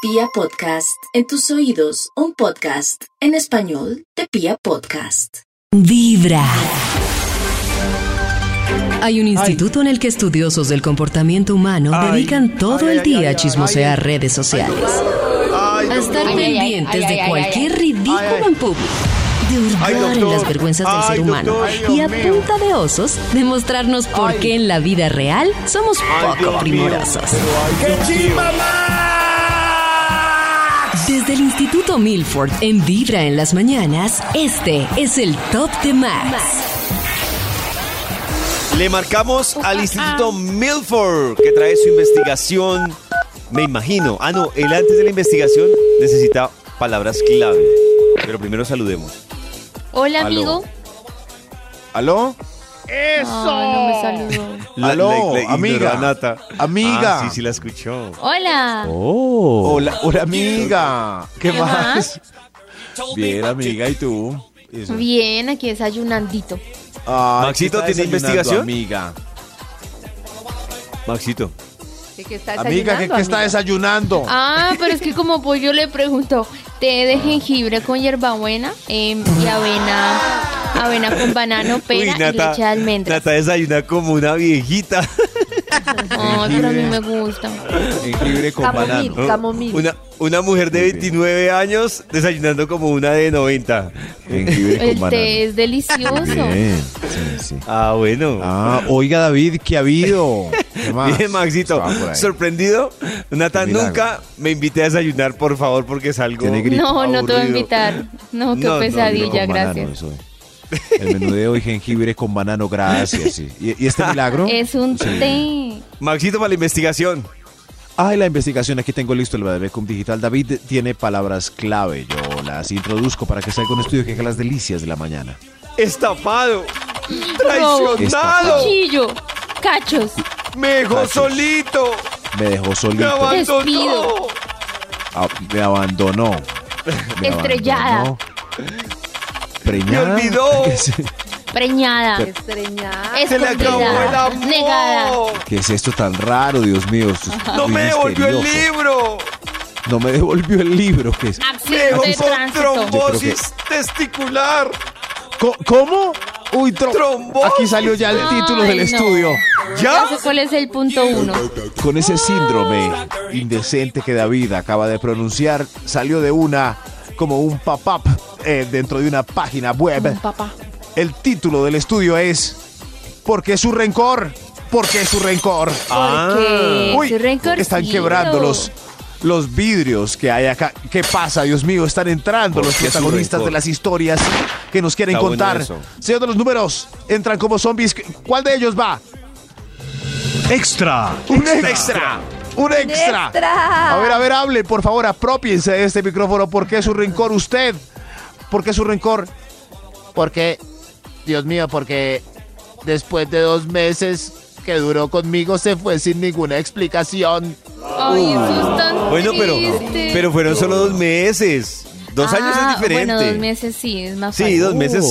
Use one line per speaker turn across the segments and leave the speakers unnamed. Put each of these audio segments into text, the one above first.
Pia Podcast, en tus oídos, un podcast en español de Pia Podcast.
Vibra. Hay un instituto en el que estudiosos del comportamiento humano
Ay.
dedican todo
Ay,
el
ay,
día
ay, ay,
a chismosear redes sociales,
Ay,
a estar pendientes de cualquier ridículo en público, de
Ay,
hurgar en
doctor.
las vergüenzas del
Ay,
ser humano
doctor. Ay, Dios
y a
mío.
punta de osos demostrarnos por qué en la vida real somos poco primorosos. Desde el Instituto Milford en Vibra en las mañanas, este es el Top de Max.
Le marcamos al Instituto Milford, que trae su investigación, me imagino. Ah, no, él antes de la investigación necesita palabras clave. Pero primero saludemos.
Hola
Aló.
amigo.
¿Aló?
Ay, no me saludó.
Aló, amiga.
ignoró a Nata.
Amiga.
Ah, sí, sí, la escuchó.
Hola.
Hola, hola amiga. ¿Qué,
¿Qué
más? Bien, amiga, ¿y tú? Eso.
Bien, aquí desayunandito.
Ay,
Maxito,
¿qué está
¿tiene
desayunando,
investigación?
Amiga,
Maxito.
¿De qué está
amiga ¿qué, qué está desayunando?
Ah, pero es que como pues yo le pregunto, té de jengibre con hierbabuena eh, y avena, avena con banano, pera
Uy,
y leche de almendras.
Nata desayuna como una viejita.
Ay, pero a mí Ah, me gusta.
Jengibre con banano.
Una, una mujer de
Muy bien.
29 años desayunando como una de 90.
Jengibre con
El té
banano.
es delicioso.
Bien, sí, sí.
Ah, bueno.
Ah, oiga David, ¿qué ha habido? ¿Qué más?
Bien, Maxito.
Estaba por ahí.
Sorprendido. Nata,
Qué milagro.
nunca me invité a desayunar, por favor, porque es algo.
Tiene gripe.
No, no te voy a
aburrido.
invitar. No, qué
No, no,
Jengibre
pesadilla,
con banano,
gracias.
eso es. El menú de hoy, jengibre con banano, gracias. sí. ¿Y, y este milagro?
Es un té.
Maxito, para la investigación.
Ah, y la investigación, aquí tengo listo el Bademecum Digital. David tiene palabras clave, yo las introduzco para que salga un estudio que haga las delicias de la mañana.
Estafado. Traicionado.
Cuchillo. Cachos.
Me dejó
Cachos.
solito.
Me dejó
Me
solito,
abandonó.
Despido.
Ah, me abandonó. Me
Estrellada.
abandonó. Preñada.
Me olvidó.
¿Qué es, e-?
Preñada.
Se le acabó el
Escondida.
amor.
Negada.
qué es esto tan raro, Dios mío? Esto es
No
muy
me devolvió el
misterioso.
libro.
No me devolvió el libro, ¿qué es?
Me
Accidente de
dejó con
tránsito.
trombosis testicular.
Co- ¿Cómo? Uy, tro-
Trombón.
Aquí salió ya el título
Ay,
del
no.
estudio.
¿Ya?
Ya sé cuál es el punto uno.
Con ese síndrome indecente que David acaba de pronunciar, salió de una como un pop-up eh, dentro de una página web.
Papá.
El título del estudio es ¿Por qué su rencor? ¿Por qué su rencor?
Ah.
Porque
Uy, están quebrando los, los vidrios que hay acá. ¿Qué pasa, Dios mío? Están entrando
¿Por
los
qué su
protagonistas
rencor?
de las historias que nos quieren
Está bueno
contar.
eso.
Señor de los números, entran como zombies. ¿Cuál de ellos va?
Extra.
Un extra. Un extra. A ver, a ver, hable, por favor, apropiense de este micrófono. ¿Por qué su rencor usted? ¿Por qué su rencor?
Porque, Dios mío, porque después de dos meses que duró conmigo se fue sin ninguna explicación.
Ay, eso es tan
Uh. Bueno, pero,
triste.
pero fueron solo dos meses. Dos años
Ah,
es diferente.
Bueno, dos meses sí, es más
Sí,
fácil. Mm,
dos meses.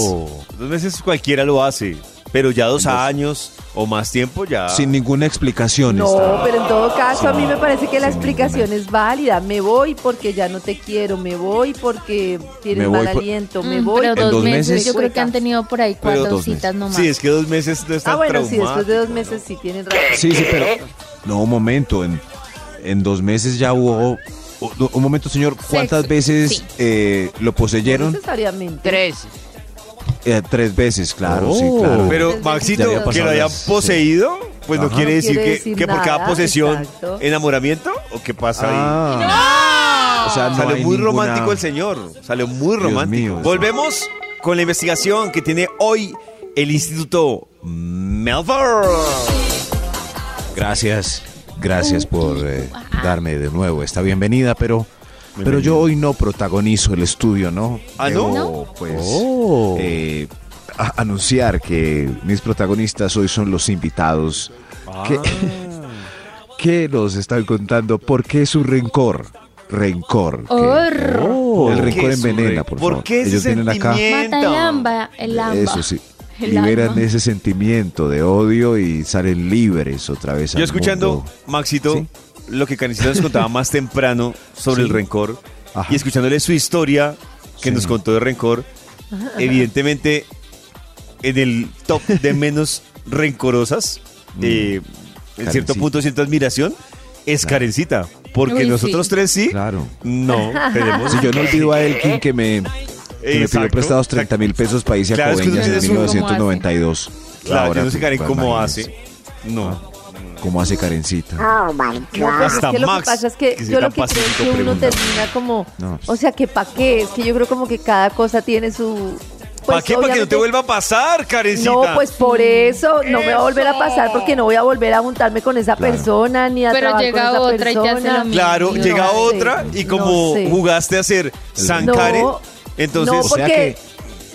Dos meses cualquiera lo hace. Pero ya dos años o más tiempo ya.
Sin ninguna explicación.
No,
está.
pero en todo caso a mí me parece que la
sí,
explicación es válida. Me voy porque ya no te quiero, me voy porque tienes
Me voy
mal
por-
aliento, me
Mm,
voy.
Pero
En
dos,
dos
meses,
meses.
yo creo que han tenido por ahí
Pero
cuatro
dos
citas
meses.
nomás.
Sí, es que dos meses no está
Ah, bueno, sí, después de dos
traumático,
meses sí tienen razón.
Sí, sí, pero. No, un momento. En, en dos meses ya hubo. Un un momento, señor. ¿Cuántas
Sexo,
veces
sí.
eh, lo
No
poseyeron?
necesariamente.
Tres.
Eh, tres veces, claro, sí,
¿no?
claro.
Oh. Pero
Desde
Maxito,
Ya había
que
pasado
lo hayan
las- sí.
poseído, pues no
Ajá.
quiere
No
decir,
quiere
que,
decir
que por cada
nada,
posesión,
exacto.
enamoramiento o qué pasa ahí.
Ah. O sea, no
Salió
hay
muy
ninguna-
romántico el señor. Salió muy
Dios
romántico.
mío, eso.
Volvemos con la investigación que tiene hoy el Instituto Melbourne.
Gracias, gracias por eh, darme de nuevo esta bienvenida, pero, pero yo hoy no protagonizo el estudio, ¿no?
¿Ah, no? Oh.
Debo, Pues eh, a- anunciar que mis protagonistas hoy son los invitados que,
Ah.
que nos están contando por qué su rencor, rencor. que-
Horror.
¿Por
el
qué
rencor
su
envenena,
re- ¿Por
por, favor.
qué ese
Ellos vienen acá.
sentimiento?
Mata el amba, el amba.
Eso sí.
El
liberan
alma.
ese sentimiento de odio y salen libres otra vez.
Yo escuchando, Maxito,
Sí.
lo que Karencita nos contaba más temprano sobre el rencor
Ajá.
y escuchándole su historia que
Sí.
nos contó de rencor, evidentemente en el top de menos rencorosas,
Mm.
eh, en cierto
Karencita.
punto siento admiración, es Karencita, porque
Uy, sí.
nosotros tres sí,
Claro.
no tenemos.
Si yo no olvido a Elkin que me, que me pidió
Exacto.
prestados 30 mil pesos para irse a
Claro, es que tú
Coveñas en
tienes un-
1992.
Claro, yo no sé
tú, pues,
Karen cómo
imagínense. Ah.
hace. No.
¿Cómo hace Karencita?
Ah,
Oh my
No,
god.
pero es
Hasta
que lo
Max,
que pasa es que
que se
yo
tan
lo que creo es
pacífico
que uno
pregunta.
termina como,
No, pues.
o sea, que pa' qué, es que yo creo como que cada cosa tiene su... pues,
¿Para qué? Para que no te
obviamente-
vuelva a pasar, Karencita.
No, pues por eso no me va a volver a pasar porque no voy a volver a juntarme con esa
Claro.
persona ni a
Pero
trabajar
llega
con esa
otra y te hace
persona.
la misma.
Claro,
No
llega
sé,
otra y
no
como
sé.
jugaste a ser San
No,
Karen, entonces
no,
eh, o sea
porque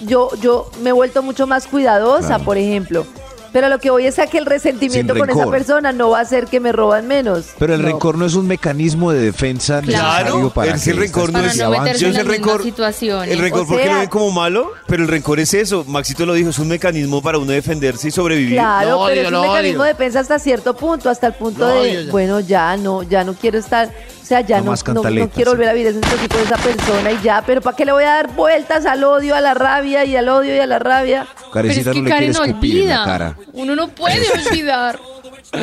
yo, yo me he vuelto mucho más cuidadosa,
Claro.
por ejemplo. Pero lo que voy es a que el resentimiento
Sin
con esa
rencor.
persona no va a hacer que me roban menos.
Pero el
No.
rencor no es un mecanismo de defensa
Claro,
necesario para
es
que
el rencor
estas
no
cosas
es- Para no meterse
avancen.
yo
en
sé el
las mismas
rencor,
situaciones.
el rencor
pues, O
porque lo
sea-
ven como malo, pero el rencor es eso. Maxito lo dijo, es un mecanismo para uno defenderse y sobrevivir.
Claro,
Lo odio,
pero es
lo
un
odio.
mecanismo de defensa hasta cierto punto, hasta el punto
Lo
de,
odio ya.
bueno, ya no, ya no quiero estar, o sea, ya
No
no,
más
no- no
cantaleta,
quiero
sí.
volver a vivir ese tipo de esa persona y ya, pero ¿para qué le voy a dar vueltas al odio, a la rabia y al odio y a la rabia?
Pero es
Karencita
que
no le quiere
Karen
escupir en la
olvida.
cara.
Uno no puede olvidar.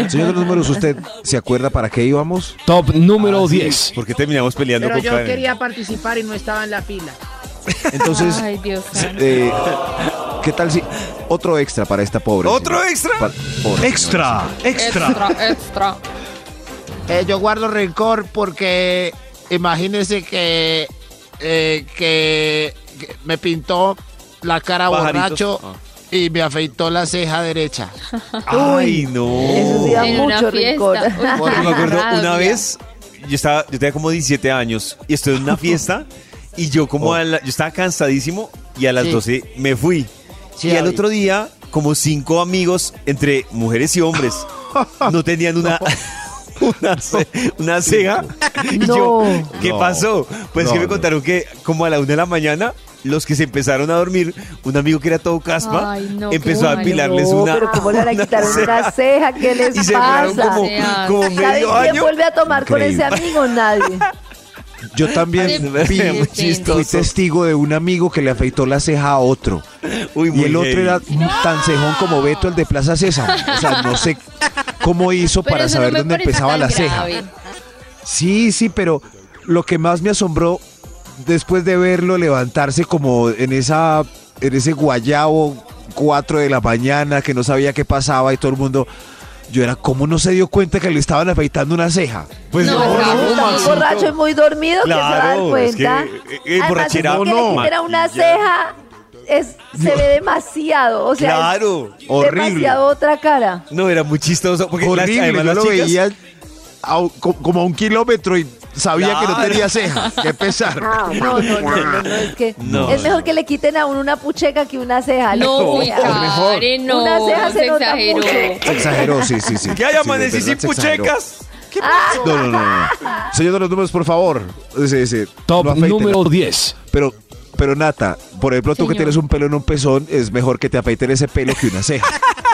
Señor de los números, ¿usted se acuerda para qué íbamos?
Top número 10.
Porque terminamos peleando
Pero
con
yo
Karen.
quería participar y no estaba en la fila.
Entonces,
Ay, Dios santo.
eh, ¿qué tal si otro extra para esta pobre?
¿Otro
señora?
extra?
Pa- pobre
Extra, extra.
Extra, extra.
Eh, yo guardo rencor porque imagínense que, eh, que, que me pintó la cara
Pajaritos. Ah.
borracho y me afeitó la ceja derecha.
Ay, no.
Eso sí da
En una
mucho
fiesta.
rencor.
Uy,
Porque me acuerdo
rabia.
una vez, yo, estaba, yo tenía como 17 años y estoy en una fiesta y yo como a la- yo estaba cansadísimo y a las
Sí.
12 me fui.
Sí,
y al
David.
otro día, como cinco amigos entre mujeres y hombres, no tenían una... Una, ce- una ceja. Y yo,
No.
¿qué
No.
pasó? Pues
No,
que me
no.
contaron que como a la una de la mañana, los que se empezaron a dormir, un amigo que era todo caspa,
Ay, no, qué
empezó a
mal.
apilarles
No,
una.
pero ¿cómo le van a quitar una
ceja.
ceja? ¿Qué les
Y se
pasa? ah,
quedaron como,
Sean.
como
¿Saben
medio
quién
año.
vuelve a tomar
Increíble.
con ese amigo? Nadie.
Yo también
Ay,
vi-
muy
fui
chistoso.
testigo de un amigo que le afeitó la ceja a otro.
Uy,
Y
muy
el otro
heavy.
era tan cejón como Beto, el de Plaza Sésamo. O sea, no sé cómo hizo
Pero
para
eso no
saber
me
dónde
parece
empezaba
tan
la ceja.
grave.
Sí, sí, pero lo que más me asombró después de verlo levantarse como en esa en ese guayabo 4 de la mañana que no sabía qué pasaba y todo el mundo yo era cómo no se dio cuenta que le estaban afeitando una ceja. Pues
No,
no,
no,
Está muy borracho y muy dormido que se va a dar
Claro, es que,
cuenta.
eh, eh, borrachera,
Además, es que
no,
le quitara
no.
una ceja es, se ve demasiado. O sea, es
Claro,
horrible.
demasiado otra cara.
No, era muy chistoso. Porque las-
horrible,
además
yo
las
lo
chicas-
veía a un- co- como a un kilómetro y sabía que no
Claro.
tenía ceja. Qué pesar.
Oh my
No, no, no, no,
god.
no, es que
No,
es
no,
mejor que le quiten a uno una pucheca que una ceja.
No,
O
uy,
sea,
Karen, no.
Una ceja se nota
exageró.
mucho.
Se exageró, sí, sí, sí.
Que haya
Sí, de
amanecí
verdad
sin
se exageró.
puchecas.
Ah.
No, no, no, no. Señor de los números, por favor. Sí, sí. No
Top
afeiten
número 10.
Pero, pero Nata, por ejemplo, tú que
Señor.
tienes un pelo en un pezón, es mejor que te afeiten ese pelo que una ceja.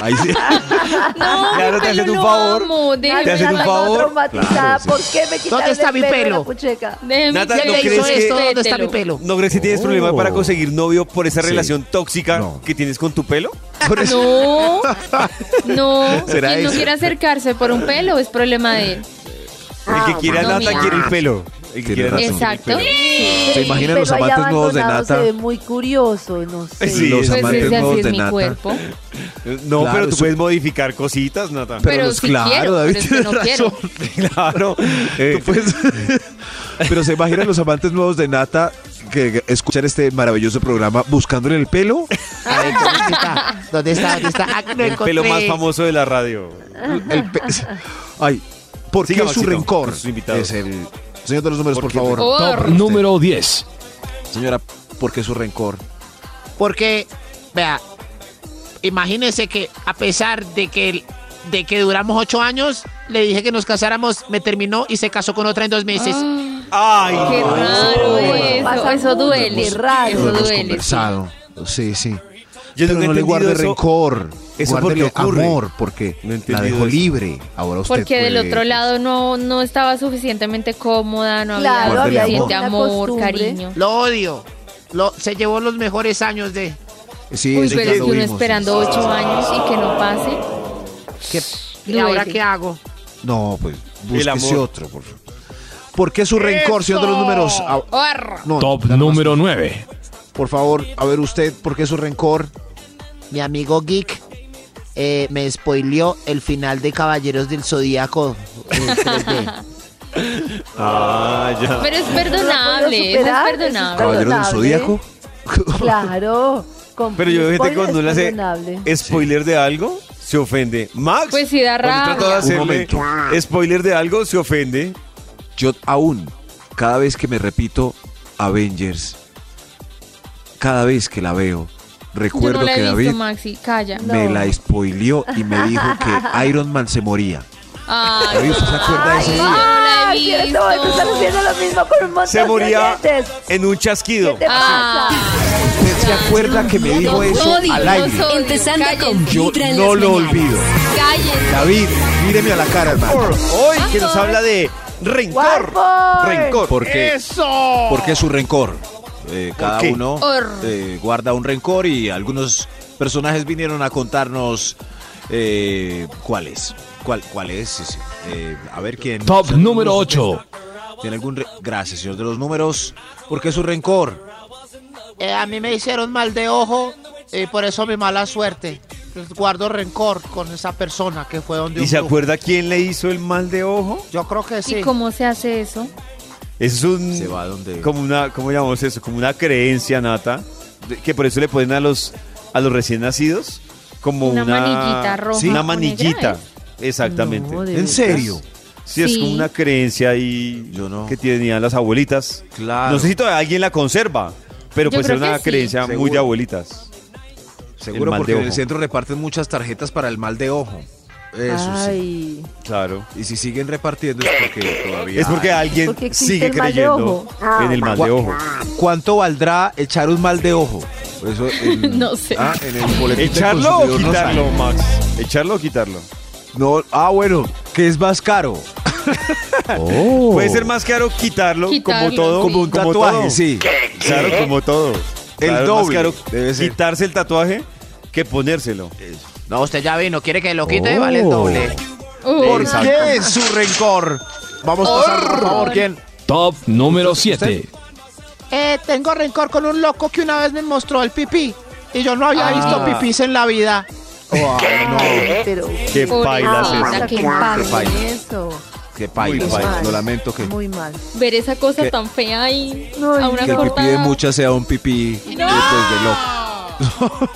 Ahí sí.
No,
Claro,
mi
te hacen
pelo
un
lo
favor.
amo,
Te hacen
Déjeme
un
Nata,
la-
no,
favor.
traumatizada.
Claro, sí.
¿Por qué me quitaron
¿Dónde está
el
mi
pelo y
pelo?
la pucheca?
déjeme
Nata,
quitar
¿no
el
crees que-
¿Dónde está mi
pétalo.
pelo?
¿No crees que tienes
Oh.
problema para conseguir novio por esa
Sí.
relación tóxica
No.
que tienes con tu pelo?
Por eso-
No, no.
¿Será
Quien no
eso?
quiere acercarse por un pelo es problema de él.
El que quiere a
Ah, no,
Nata
mira.
quiere el pelo. El que
Tienes
quiere a Nata
razón.
quiere el
Exacto.
pelo.
¿Se imaginan
Pero
los
ahí
amantes nuevos de
abandonado
Nata?
Se ve muy curioso, no sé.
Sí,
los
sí,
Pues
amantes
ese
nuevos
así es
de
mi
Nata.
cuerpo.
Eh, No,
Claro,
pero tú
eso-
puedes modificar cositas, Nata.
Pero
los-
sí quiero, pero es que no quiero.
Claro.
Eh,
Tú puedes- pero se imaginan los amantes nuevos de Nata que escuchan este maravilloso programa buscándole el pelo.
A ver, ¿dónde está? ¿Dónde está? ¿Dónde está? Ah, lo
Ah, el pelo
encontré.
más famoso de la radio.
El pe- Ay, ¿por qué
Siga,
su
Maxito,
rencor?
con sus invitados.
Es el señor de los números, por,
qué
favor.
rencor?
Top
Por-
número 10.
Señora, ¿por qué su rencor?
Porque, vea, imagínense que a pesar de que, de que duramos ocho años, le dije que nos casáramos, me terminó y se casó con otra en dos meses.
Ah.
Ay,
Qué
no.
raro
bueno,
eso.
pasa
Eso
mucho,
duele.
qué raro.
Eso
Lo hemos
duele. sí.
conversado. Sí, sí.
Yo
pero
nunca he
no le
entendido
guarde
eso-
rencor,
eso
guárdele
porque ocurre.
amor, porque
No he
la
entendido
dejó
eso.
libre. Ahora usted
Porque del
puede-
otro lado no, no estaba suficientemente cómoda, no
Claro,
había
había
suficiente
una
amor,
costumbre.
cariño.
Lo odio. Lo, se llevó los mejores años de.
Sí,
Uy,
eso
pero
ya
es que
lo
uno
vimos.
esperando ocho años y que no pase.
¿Qué? ¿Y
Duele.
ahora qué hago?
No, pues búsquese
amor.
otro, por favor. ¿Por qué su rencor, señor de los números? Ah,
Arr.
no,
Top
nada más.
número 9.
Por favor, a ver usted, ¿por qué su rencor?
Mi amigo Geek eh, me spoileó el final de Caballeros del Zodíaco. en 3D.
Ah, ya.
Pero es
No lo
perdonable, eso
puedo
es
superar,
perdonable.
eso
¿Caballero del
Perdonable.
Zodíaco?
Claro. con
Pero yo veo gente
spoiler
cuando
es
le hace
perdonable.
spoiler de algo, se ofende. Max.
Pues sí, da
cuando trata de
rabia.
Un
hacerle spoiler de algo, se ofende.
Yo aún, cada vez que me repito Avengers, cada vez que la veo,
Yo
recuerdo
no la
que
he
David
visto, Maxi, calla.
me
No.
la spoileó y me dijo que Iron Man se moría. David,
Ay,
¿usted se acuerda de ese
Ay,
día?
la he
Ay, en este
visto.
momento están haciendo lo mismo con un montón
Se moría
de oyentes.
en un chasquido.
¿Qué te
Ah.
pasa?
¿Usted se acuerda que me dijo eso
odio,
al
los
aire?
odio,
Empezando con
cállense,
Yo
Vibra en
no
las
lo
mañanas.
olvido.
cállense.
David, míreme a la cara, hermano.
Hoy que nos habla de rencor.
Warford.
Rencor.
¿Por qué?
¡Eso!
¿Por qué su rencor? Eh, cada
qué?
uno
Or.
eh, guarda un rencor y algunos personajes vinieron a contarnos eh, cuáles. ¿Cuál, ¿Cuál es? Sí, sí. Eh, a ver quién.
Top número 8.
¿Tiene algún re- Gracias, señor de los números. ¿Por qué su rencor?
Eh, a mí me hicieron mal de ojo, eh, por eso mi mala suerte. Les Guardo rencor con esa persona que fue donde
¿Y
un
se
brujo.
acuerda quién le hizo el mal de ojo?
Yo creo que
¿Y
sí.
cómo se hace eso?
Es un.
Se va donde.
como una, ¿cómo llamamos eso? Como una creencia nata, de- que por eso le ponen a los, a los recién nacidos como una,
Una manillita roja
Sí, una
o negra,
manillita, exactamente.
No, de
¿En
verdad.
serio?
sí, es como
Sí.
una creencia y
Yo no.
que tenían las abuelitas.
Claro.
No sé si todavía alguien la conserva, pero
Yo
pues era
creo que
una
sí.
creencia muy
Seguro.
de abuelitas.
Seguro
mal
porque
de
en el
ojo.
centro reparten muchas tarjetas para el mal de ojo. Eso sí.
Ay.
Claro.
Y si siguen repartiendo es porque todavía.
Es porque alguien
porque existe
sigue
el mal de
creyendo
ojo.
Ah,
en el mal de ojo.
¿Cuánto valdrá echar un mal de ojo? Eso en-
No sé.
Ah, en el boletín del
¿Echarlo o
consumidor no sale.
quitarlo, Max? ¿Echarlo o quitarlo?
No, ah, bueno, que es más caro. Oh.
Oh.
Puede ser más caro quitarlo,
Quitarlo,
como todo.
sí. Como
un tatuaje,
todo.
sí.
Claro, como todo.
El
Claro, es
doble,
Más caro
debe ser.
quitarse el tatuaje que ponérselo.
No, usted ya vino, quiere que lo quite,
Oh.
vale el doble.
Uy,
¿Por
no.
qué es su rencor? Vamos a pasar, por favor, ¿quién?
Top número 7.
Eh, tengo rencor con un loco que una vez me mostró el pipí. Y yo no había
Ah.
visto pipís en la vida.
Oh, ay, no,
Pero.
Que baila
Pobrecita,
Ah,
César.
qué
qué
mal.
mal
paila.
Eso.
qué paila,
Muy paila.
Lo lamento que,
Muy mal.
Ver esa cosa
Que-
tan fea ahí
No,
a una
que el pipí
cortada.
de muchas sea un pipí eh, pues, de loco,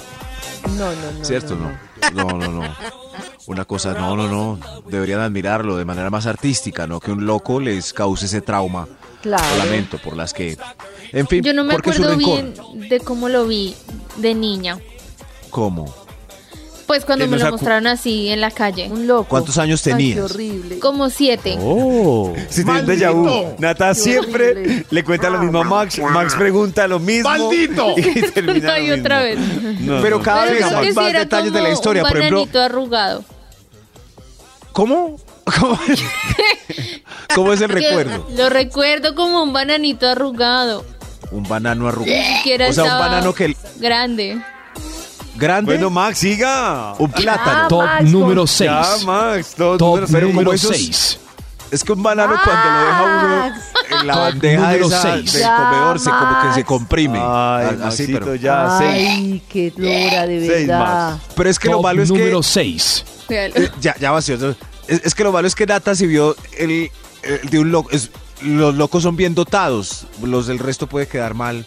No, no, no.
¿cierto? No, no, no, no. Una cosa, no, no, no. Deberían admirarlo de manera más artística, no que un loco les cause ese trauma.
Claro.
Lo lamento por las que. En fin,
Yo no me
¿por qué su
acuerdo
rencor?
bien de cómo lo vi de niña.
¿Cómo?
Pues cuando
Que
me
nos
lo
acu-
mostraron así en la calle.
Un loco.
¿Cuántos años
Ay,
tenías?
qué horrible.
Como siete.
Si tiene un déjà vu, Nata siempre
horrible.
le cuenta lo
Ah,
mismo a Max. Max pregunta lo mismo. ¡Maldito! Y termina
Ay,
lo mismo.
otra vez.
No,
Pero
no.
cada
Pero
vez
creo
hay
que sí
Ah, más
era
detalles de
como
la historia.
Un
Por ejemplo,
bananito arrugado.
¿Cómo? ¿Cómo es, ¿Cómo es el
Que
recuerdo?
Lo recuerdo como un bananito arrugado.
Un banano arrugado.
Ni siquiera
O sea, un
estaba
banano que el-
grande.
grande,
Bueno, Max, siga.
un plátano.
Ah,
Top
Max,
número
con-
6.
Ya, Max. Todo
Top
pero como
número
esos-
6.
Es que un banano cuando lo deja
Max.
uno en la
Top
bandeja
número
esa
seis.
del
Ya,
comedor, se, como que se
Max.
comprime.
Ay,
Ah, así,
Maxito,
pero,
ya. seis.
Ay, qué dura, de
Seis
verdad.
pero es que lo
Top
malo es que.
número 6.
eh, Ya, ya va, sí, otro- Es, es que lo malo es que Nata si vio el, el de un loco. es- los locos son bien dotados. Los del resto puede quedar mal.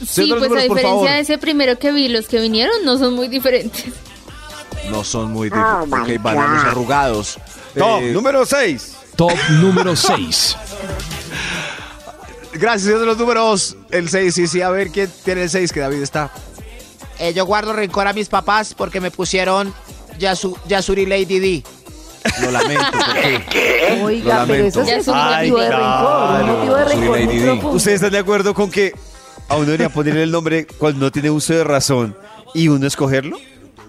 Sí, pues
Señor de los números,
a
por
diferencia
favor.
de ese primero que vi, los que vinieron no son muy diferentes.
No son muy de ok, bananos arrugados.
Top
Eh,
número 6.
Top número 6.
Gracias, Dios de los números. El 6, sí, sí. A ver quién tiene el 6 que David está.
Eh, yo guardo rencor a mis papás porque me pusieron Yasu- Yasuri Lady D.
Lo lamento. porque
Oiga,
Lo
pero
lamento.
eso sí es un
Ay,
motivo de rencor.
claro.
Un motivo de
Soy
rencor
Lady
muy
Di.
profundo.
¿Ustedes están de acuerdo con que a uno debería ponerle el nombre cuando no tiene uso de razón y uno escogerlo?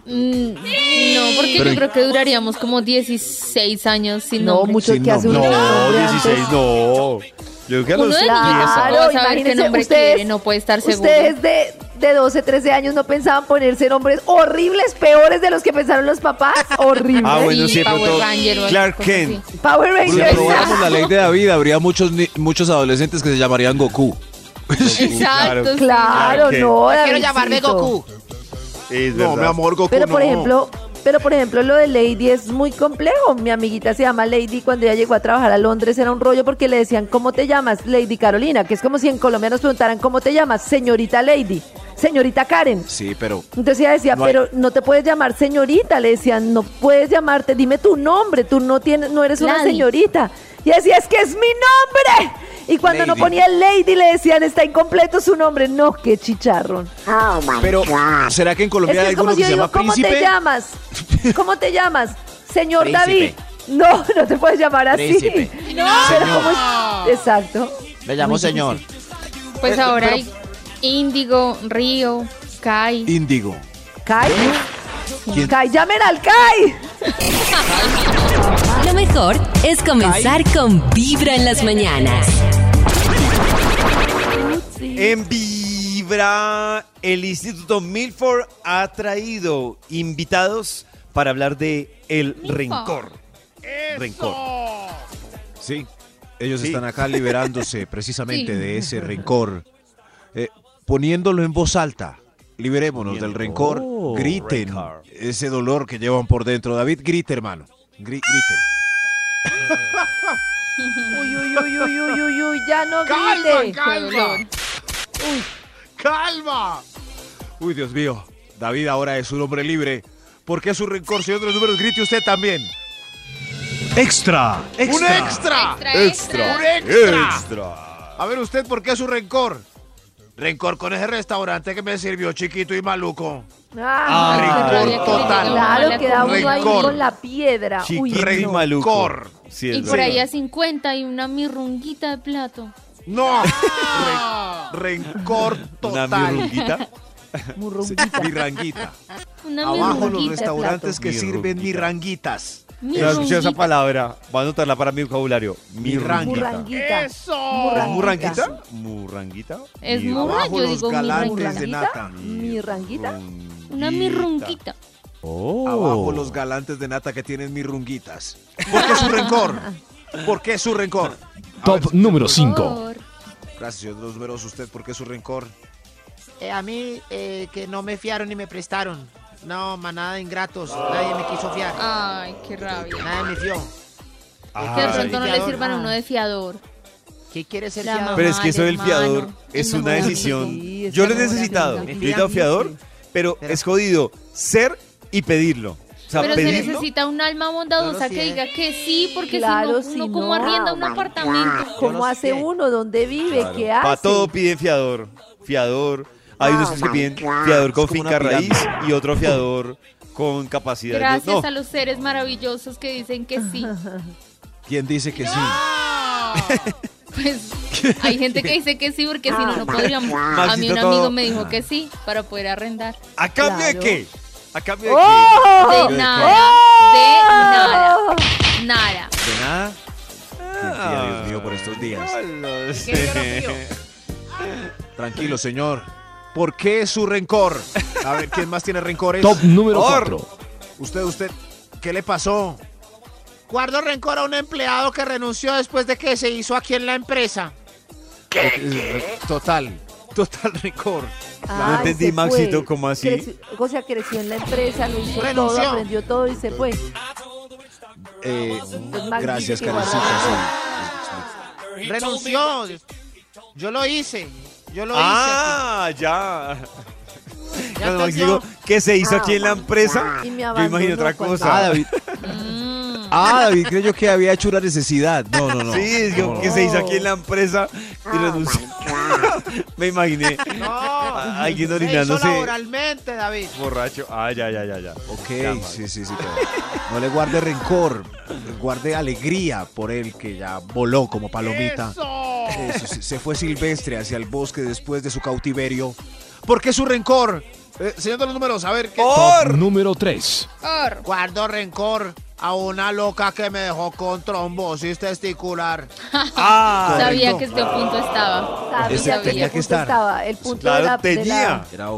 Mm, No, porque
Pero-
yo creo que duraríamos como 16 años sin
No,
nombre.
mucho
Sin
que hace uno.
nombre.
No,
no. Yo creo que a
Uno
los
de
10
niños
a-
no va
Claro,
a saber qué
imagínense,
nombre
ustedes,
quiere, no puede estar seguro.
Ustedes de, de 12, 13 años no pensaban ponerse nombres horribles, peores de los que pensaron los papás. Horribles.
Ah, bueno,
Sí,
sí, de
Power
pronto
Ranger o algo
Clark
así.
Kent.
Power
Si
Rangers.
aprobáramos la ley de David, habría muchos, ni- muchos adolescentes que se llamarían Goku.
Exacto. sí.
Claro,
Clark Kent.
no.
Quiero llamarme
Davidcito.
Goku.
Es
No, mi
verdad.
amor, Goku.
Pero por
no.
ejemplo, pero por ejemplo lo de Lady es muy complejo. Mi amiguita se llama Lady cuando ella llegó a trabajar a Londres era un rollo porque le decían ¿cómo te llamas? Lady Carolina, que es como si en Colombia nos preguntaran ¿cómo te llamas? Señorita Lady, señorita Karen.
Sí, pero.
Entonces ella decía,
No hay-
pero no te puedes llamar señorita, le decían, no puedes llamarte, dime tu nombre, tú no tienes, no eres una
Lady.
señorita. Y decía, es que es mi nombre. Y cuando no
Lady.
ponía Lady le decían, está incompleto su nombre. No, qué chicharrón.
Pero, ¿será que en
Es
Colombia
que
hay
es como
alguno que
si yo
se
digo,
llama
¿cómo te
Príncipe?
llamas? ¿Cómo te llamas? Señor
Príncipe.
David. No, no te puedes llamar así.
Príncipe.
No, pero ¿cómo es? Exacto.
Me llamo señor.
Pues ahora hay Índigo, Río, Kai.
Índigo.
Kai.
¿Quién?
Kai, llamen al Kai.
Lo mejor es comenzar con Vibra en las mañanas.
En Vibra, el Instituto Milford ha traído invitados para hablar de el rencor. Rencor.
Sí. Ellos
Sí.
están acá liberándose precisamente
Sí.
de ese rencor, eh, poniéndolo en voz alta. Liberémonos del rencor.
Oh,
griten
rencor.
ese dolor que llevan por dentro. David, grite, hermano. Gri- grite.
Uy, uy, uy, uy, uy, uy, uy, ya no
¡Calma,
grite.
calma! ¡Calma!
Uy, Dios mío. David ahora es un hombre libre. ¿Por qué su rencor, señor de los números? Grite usted también.
Extra.
¡Un extra!
Extra, extra.
¡Un extra! A ver usted, ¿por qué su rencor? Rencor con ese restaurante que me sirvió chiquito y maluco.
Ah,
Ah,
rencor total.
Claro, queda uno ahí
Rencor.
con la piedra. Uy,
Chiquito y
rencor.
no.
maluco. Sí, es
Y por ahí
verdad.
a 50 y una mirrunguita de plato.
¡No! Ren- rencor
Una
total.
mirrunguita.
Murrunguita.
mirranguita.
Una
Abajo los
mirrunguita.
restaurantes que sirven mirranguitas.
Yo he escuchado esa
Mirrunguita.
palabra. Va a anotarla para mi vocabulario.
Mirranguita.
Murranguita.
¿Es
Murranguita.
murranguita? ¿Murranguita?
Es
Mirra-
murra,
Abajo
yo
los
digo
galantes de
mirrunguita.
nata.
Mirranguita.
Una mirrunguita.
Abajo
Oh.
los galantes de nata que tienen mirrunguitas. ¿Por qué su rencor? ¿Por qué su rencor? A ver,
Top
señor
número
de los-
5.
Gracias, señor de los números. ¿Usted por qué su rencor?
Eh, a mí, eh, que no me fiaron ni me prestaron. No, manada de ingratos. Nadie me quiso fiar.
Ay, qué rabia.
Nadie me fió.
Que de
Ah,
pronto no le
fiador.
sirvan a uno de fiador.
¿Qué quiere ser
La
fiador?
Pero es que eso
Mal,
del fiador
hermano.
es
El
una
mejor
decisión.
Sí, es
Yo
la
lo he
mejor
necesitado. Yo
decisión.
he necesitado fiador, pero
Pero-
es jodido ser y pedirlo. O sea,
Pero se
pedirlo.
necesita un alma bondadosa
Claro, sí,
que
eh.
diga que sí, porque
Claro,
si no, uno
si
como
no.
arrienda un apartamento.
¿Cómo
no sé
hace
qué.
uno? ¿Dónde vive? ¿Qué hace?
Para todo piden fiador. Fiador. Hay unos que piden fiador con
Es como una
finca raíz
pirámide.
y otro fiador con capacidad. de-
Gracias
no,
a los seres maravillosos que dicen que sí.
¿Quién dice que sí?
Pues hay gente que dice que sí porque si no, no podríamos. A mí
Maxito, ah.
un amigo
todo-
me dijo que sí para poder arrendar.
¿A cambio de
Claro.
qué? ¿A cambio de qué?
¡Oh!
De nada, de
Ah,
nada, nada.
¿De nada? Ah.
Confía, Dios mío, por estos días.
No este lo sé.
Tranquilo, señor. ¿Por qué su rencor? A ver, ¿quién más tiene rencores?
Top número
Or.
4.
Usted, usted, ¿qué le pasó?
Guardo rencor a un empleado que renunció después de que se hizo aquí en la empresa.
Total, total rencor.
Ay,
entendí,
ah, se fue.
Maxito, ¿cómo así?
Creció- o sea, creció en la empresa, lo hizo
Renunció.
todo, aprendió todo y se fue.
Eh,
Magnífico.
gracias, Karencita. sí.
Renunció. Yo lo hice. Yo lo
Ah, ya.
Ya
Cuando Max
entendió.
digo que se hizo aquí en la empresa,
Y me
yo imagino
abandonó
otra
cuando-
cosa.
Ah, David.
Mm.
Ah, David, creyó que había hecho una necesidad. No, no, no.
Sí, es que,
No,
que
no.
se hizo aquí en la empresa y renunció. Me imaginé.
hice. No.
a- alguien
Se hizo
orinándose
laboralmente, David.
borracho. Ah, ya, ya, ya, ya. Ya,
Ok,
Max.
sí, sí, sí. claro. No le guarde rencor, guarde alegría por él que ya voló como palomita.
Eso.
Eso, se- se fue silvestre hacia el bosque después de su cautiverio. ¿Por qué su rencor? Eh, señor de los números, a ver qué.
Oh.
Top número 3.
Or.
Guardo rencor a una loca que me dejó con trombosis testicular.
Ah.
Sabía que este punto estaba.
Sabía
Ah, Ese
que
tenía
el
que
punto
estar.
Estaba, el punto
Claro,
de la, de la-
tenía.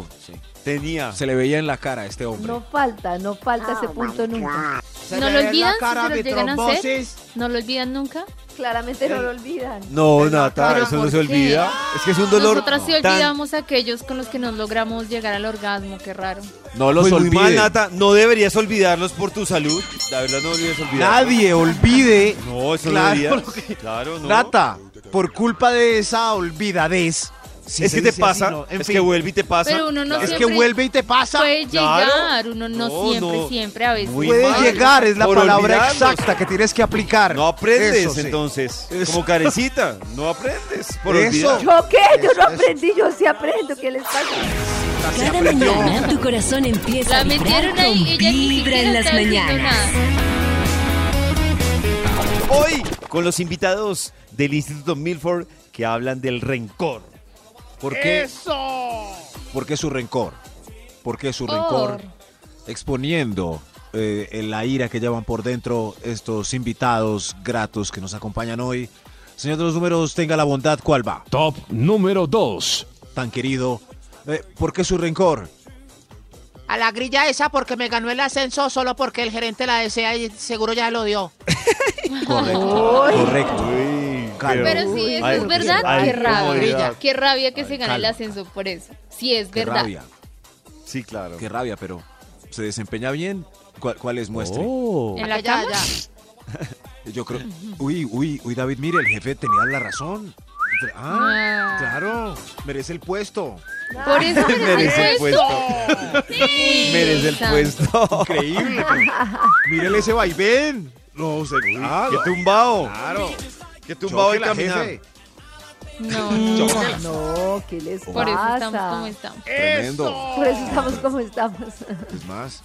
Tenía.
Se le veía en la cara a este hombre.
no falta, no falta
Ah,
ese punto nunca.
Se
¿No
me
lo
ve en
olvidan
la
si
cara
se lo
mi
llegan a hacer?
trombosis.
¿No lo olvidan nunca?
Claramente no lo
Eh.
olvidan.
No, Nata, eso no se olvida. Es que es un dolor.
Nosotras sí
tan-
olvidamos a aquellos con los que nos logramos llegar al orgasmo, qué raro.
No los
Pues muy
olvides.
mal,
Nata. No deberías olvidarlos por tu salud. La verdad, no deberías olvidarlos.
Nadie olvide.
No, eso
Claro,
no
lo
debería. Claro, no.
Nata, por culpa de esa olvidadez. si
es
se
que te
dice así,
pasa.
¿no? En
es
fin,
que vuelve y te pasa.
Pero uno no
Claro.
es que
Siempre-
vuelve y te pasa.
Puede
claro.
llegar, uno no,
No,
siempre,
no.
siempre, a veces.
Muy
Puede
mal.
llegar, es la
Por
palabra
olvidarlos.
exacta que tienes que aplicar.
No aprendes,
Eso sí.
entonces.
Eso.
Como carecita, no aprendes. Por
Eso.
olvidar.
¿Yo qué? Yo no aprendí, yo sí aprendo. ¿Qué les pasa?
Cada mañana tu corazón empieza
La
a vibrar
metieron ahí,
con
ella ni
vibra
siquiera
en las
está diciendo
mañanas.
nada.
Hoy, con los invitados del Instituto Milford que hablan del rencor.
¿Por qué? ¿Por qué su rencor? ¿Por qué su
Por.
rencor? Exponiendo eh, en la ira que llevan por dentro estos invitados gratos que nos acompañan hoy. Señor de los números, tenga la bondad, ¿cuál va?
Top número 2.
Tan querido. Eh, ¿Por qué su rencor?
A la grilla esa porque me ganó el ascenso solo porque el gerente la desea y seguro ya lo dio.
Correcto. Correcto. Calma.
Pero sí, eso
Ay,
es verdad,
ay,
qué
qué
rabia.
comodidad.
Qué rabia que se gane el
calma.
ascenso por eso. Sí, es
Qué
verdad.
rabia,
Sí, claro.
qué rabia, pero ¿se desempeña bien? ¿Cuál, cuál es muestre?
Oh.
En la
Ya,
cama,
ya.
Yo creo. Uy, uy, uy, David, mire, el jefe tenía la razón.
Ah.
Ah, claro, merece el puesto.
Por eso
Merece el puesto. Merece el
Santo.
puesto.
Increíble. Mírele ese vaivén. No, se. Ah,
Qué tumbado.
claro.
Qué tumbado el
Chóquela,
caminar.
jefe.
No, no,
No, ¿qué les
Ah, por eso
pasa?
estamos como estamos.
Tremendo.
Por eso estamos como estamos.
Es más.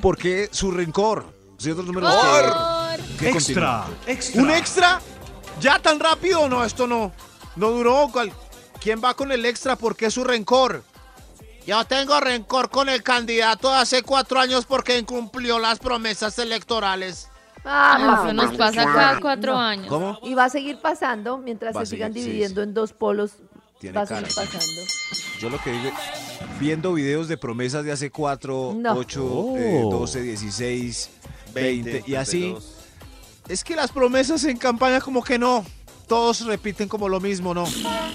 ¿Por qué su rencor? Si otros números
Por-
que- que continúan.
Extra. Extra.
¿Un extra? ¿Ya tan rápido? No, esto no. No duró. ¿Cuál- ¿Quién va con el extra? ¿Por qué su rencor?
Yo tengo rencor con el candidato de hace cuatro años porque incumplió las promesas electorales.
Ah,
Eso nos pasa cada cuatro años.
¿Cómo?
Y va a seguir pasando mientras
Va a
se sigan
seguir, sí,
dividiendo en dos polos.
Tiene
va a seguir
cara, sí.
pasando.
Yo lo que digo, viendo videos de promesas de hace eh, 4,
No.
8,
Oh.
12, 16, 20, y así.
32.
Es que las promesas en campaña como que no. Todos repiten como lo mismo, ¿no.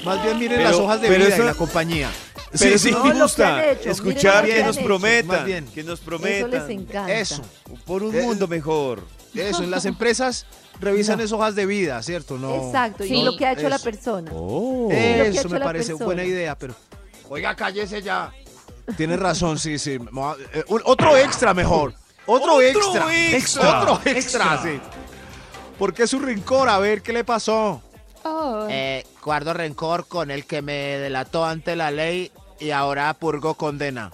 Más bien miren
Pero-
las hojas de
pero
vida
eso-
y la compañía.
Pero sí, me
No, lo que han
gusta
hecho, miren
escuchar
lo que
que
han
nos
hecho, más
prometan.
bien.
Que nos
Eso les
prometan.
encanta.
Eso,
Por un
Eh,
mundo mejor.
eso. En las empresas revisan esas hojas de vida, ¿cierto? No.
Exacto,
Sí.
y lo que ha hecho la
Eso.
persona.
Oh.
Lo
e-
que ha
Eso
hecho
me
la
parece
persona.
buena idea, pero
Oiga, cállese ya.
tienes razón, sí, sí. Me voy a- eh, un- otro extra mejor. Otro,
Otro
extra.
extra.
Otro extra, sí. ¿Por qué su rencor? A ver, ¿qué le pasó?
Por-
Eh, guardo rencor con el que me delató ante la ley y ahora purgo condena.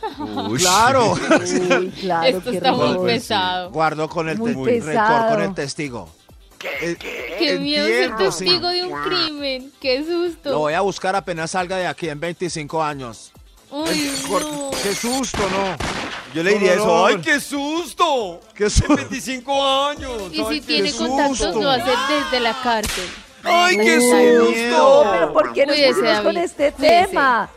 Claro.
Uy, claro,
Esto
qué
está muy
rico.
pesado.
Guardo con el
Muy
te-
pesado.
rencor con el testigo. Eh,
Qué miedo ser
entiendo, sí.
testigo de un crimen. Qué
Lo
susto.
voy a buscar apenas salga de aquí en 25 años.
Uy, no.
Qué susto, ¿no.
Yo le diría
No,
eso.
no, no.
¡Ay, qué susto!
Qué susto.
25 años.
Y si
¡Ay, qué
tiene
susto!
contactos,
susto.
lo hace desde la cárcel.
¡Ay, qué
Uy,
susto!
miedo.
Pero ¿por qué nos
Cuídese,
pusimos con
David,
este
cuídese.
tema?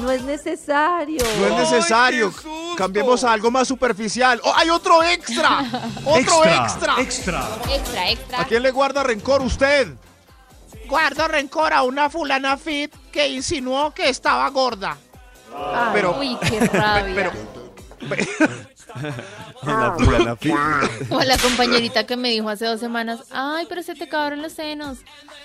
No es necesario.
No es necesario.
qué susto.
Cambiemos a algo más superficial. ¡Oh, hay otro extra! ¡Otro
extra.
extra!
Extra.
Extra,
¿A
extra.
quién le guarda rencor usted?
Guardo rencor a una fulana fit que insinuó que estaba gorda.
Ay,
Pero-
Ah, Uy, qué rabia. O a la compañerita que me dijo hace dos semanas, ay, pero se te acabaron los senos.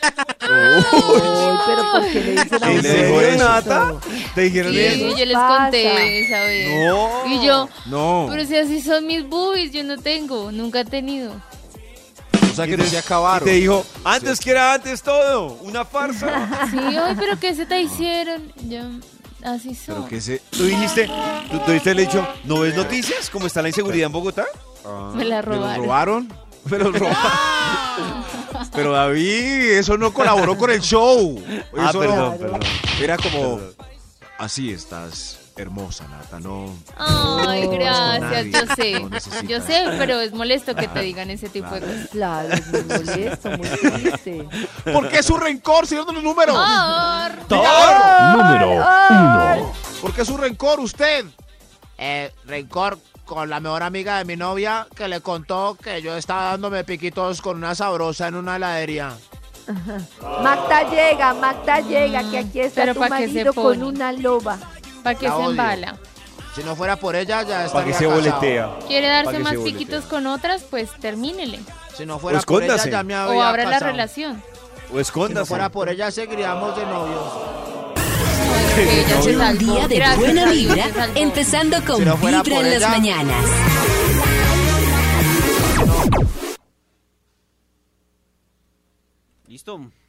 ay, pero ¿por qué le dicen a
¿En
uno
serio,
eso?
"¿Eh, Nata? ¿Te dijeron
Y
eso?
yo les
pasa?
conté esa vez.
No.
Y yo,
No.
pero si así son mis boobies, yo no tengo, nunca he tenido.
O sea que no se acabaron.
Y te dijo, antes que era antes todo, una farsa.
Sí, ay, pero ¿qué se te hicieron? Yo, así son.
Pero que se.
Tú dijiste, tú tuviste le dicho, ¿no ves noticias? ¿Cómo está la inseguridad en Bogotá?
Me la
¿Me los
robaron.
robaron? ¿Me los robaron?
Pero David, eso no colaboró con el show.
Ah,
Eso
perdón,
no-
perdón.
Era como,
Así estás, hermosa Nata, no.
Ay,
no
gracias,
necesitas
yo
nadie,
sé.
no necesitas.
Yo sé, pero es molesto que te digan ese tipo de cosas.
Claro, es muy molesto, muy triste.
¿por qué su rencor, señor de los números?
Ah. Por-
Número 1.
¿Por qué su rencor usted?
Eh, rencor con la mejor amiga de mi novia que le contó que yo estaba dándome piquitos con una sabrosa en una heladería.
Magda llega, Magda llega, que aquí está
Pero
tu
¿pa' qué se
marido
pone?
con una loba.
¿Para qué
La
se
odio.
embala?
Si no fuera por ella, ya
Para
estaría
que se
casado.
boletea.
¿Quiere darse
que
más
se boletee.
piquitos con otras? Pues termínele.
Si no fuera
Pues
por ella,
cóndase.
Ah, ya me había
O abra la
casado.
relación.
O
Si no
escóndase.
fuera por ella, seguiríamos de novios.
Porque ella se
Un
salvó.
día de
Gracias
buena
a Dios
vibra,
se salvó.
empezando con
Si no fuera
Vibra
por
en las
ella.
mañanas.
Listo.